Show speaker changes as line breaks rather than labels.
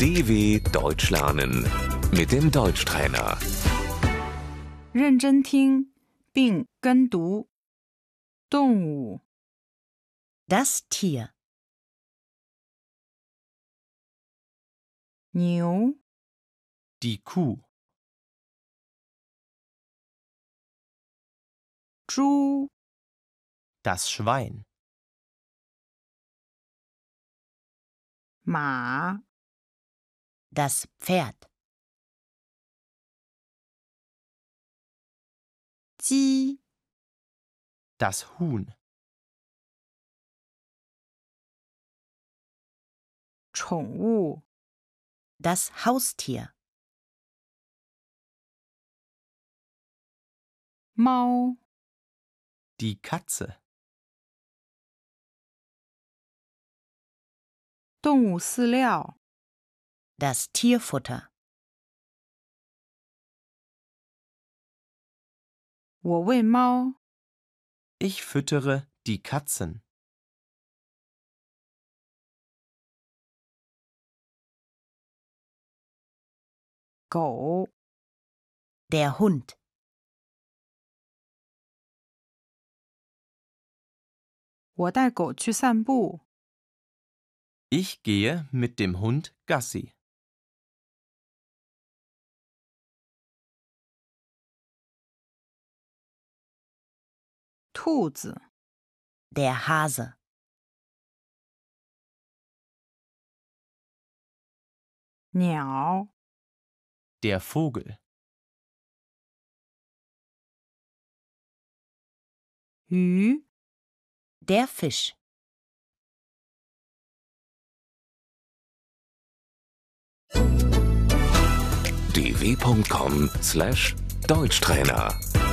DW Deutsch lernen mit dem Deutschtrainer.
认真听并跟读。动物，
Das Tier.
牛、
Die Kuh,
猪、
das Schwein,
马、
Das Pferd.
鸡、
das Huhn,
宠物、
Das Haustier.
猫、
die Katze,
动物饲料、
Das Tierfutter.
我喂猫、
ich füttere die Katzen,
狗、
Der Hund.
我带狗去散步。
ich gehe mit dem Hund Gassi,
兔子、
Der Hase.
鸟、
der Vogel,
鱼、
Der Fisch.
dw.com/deutschtrainer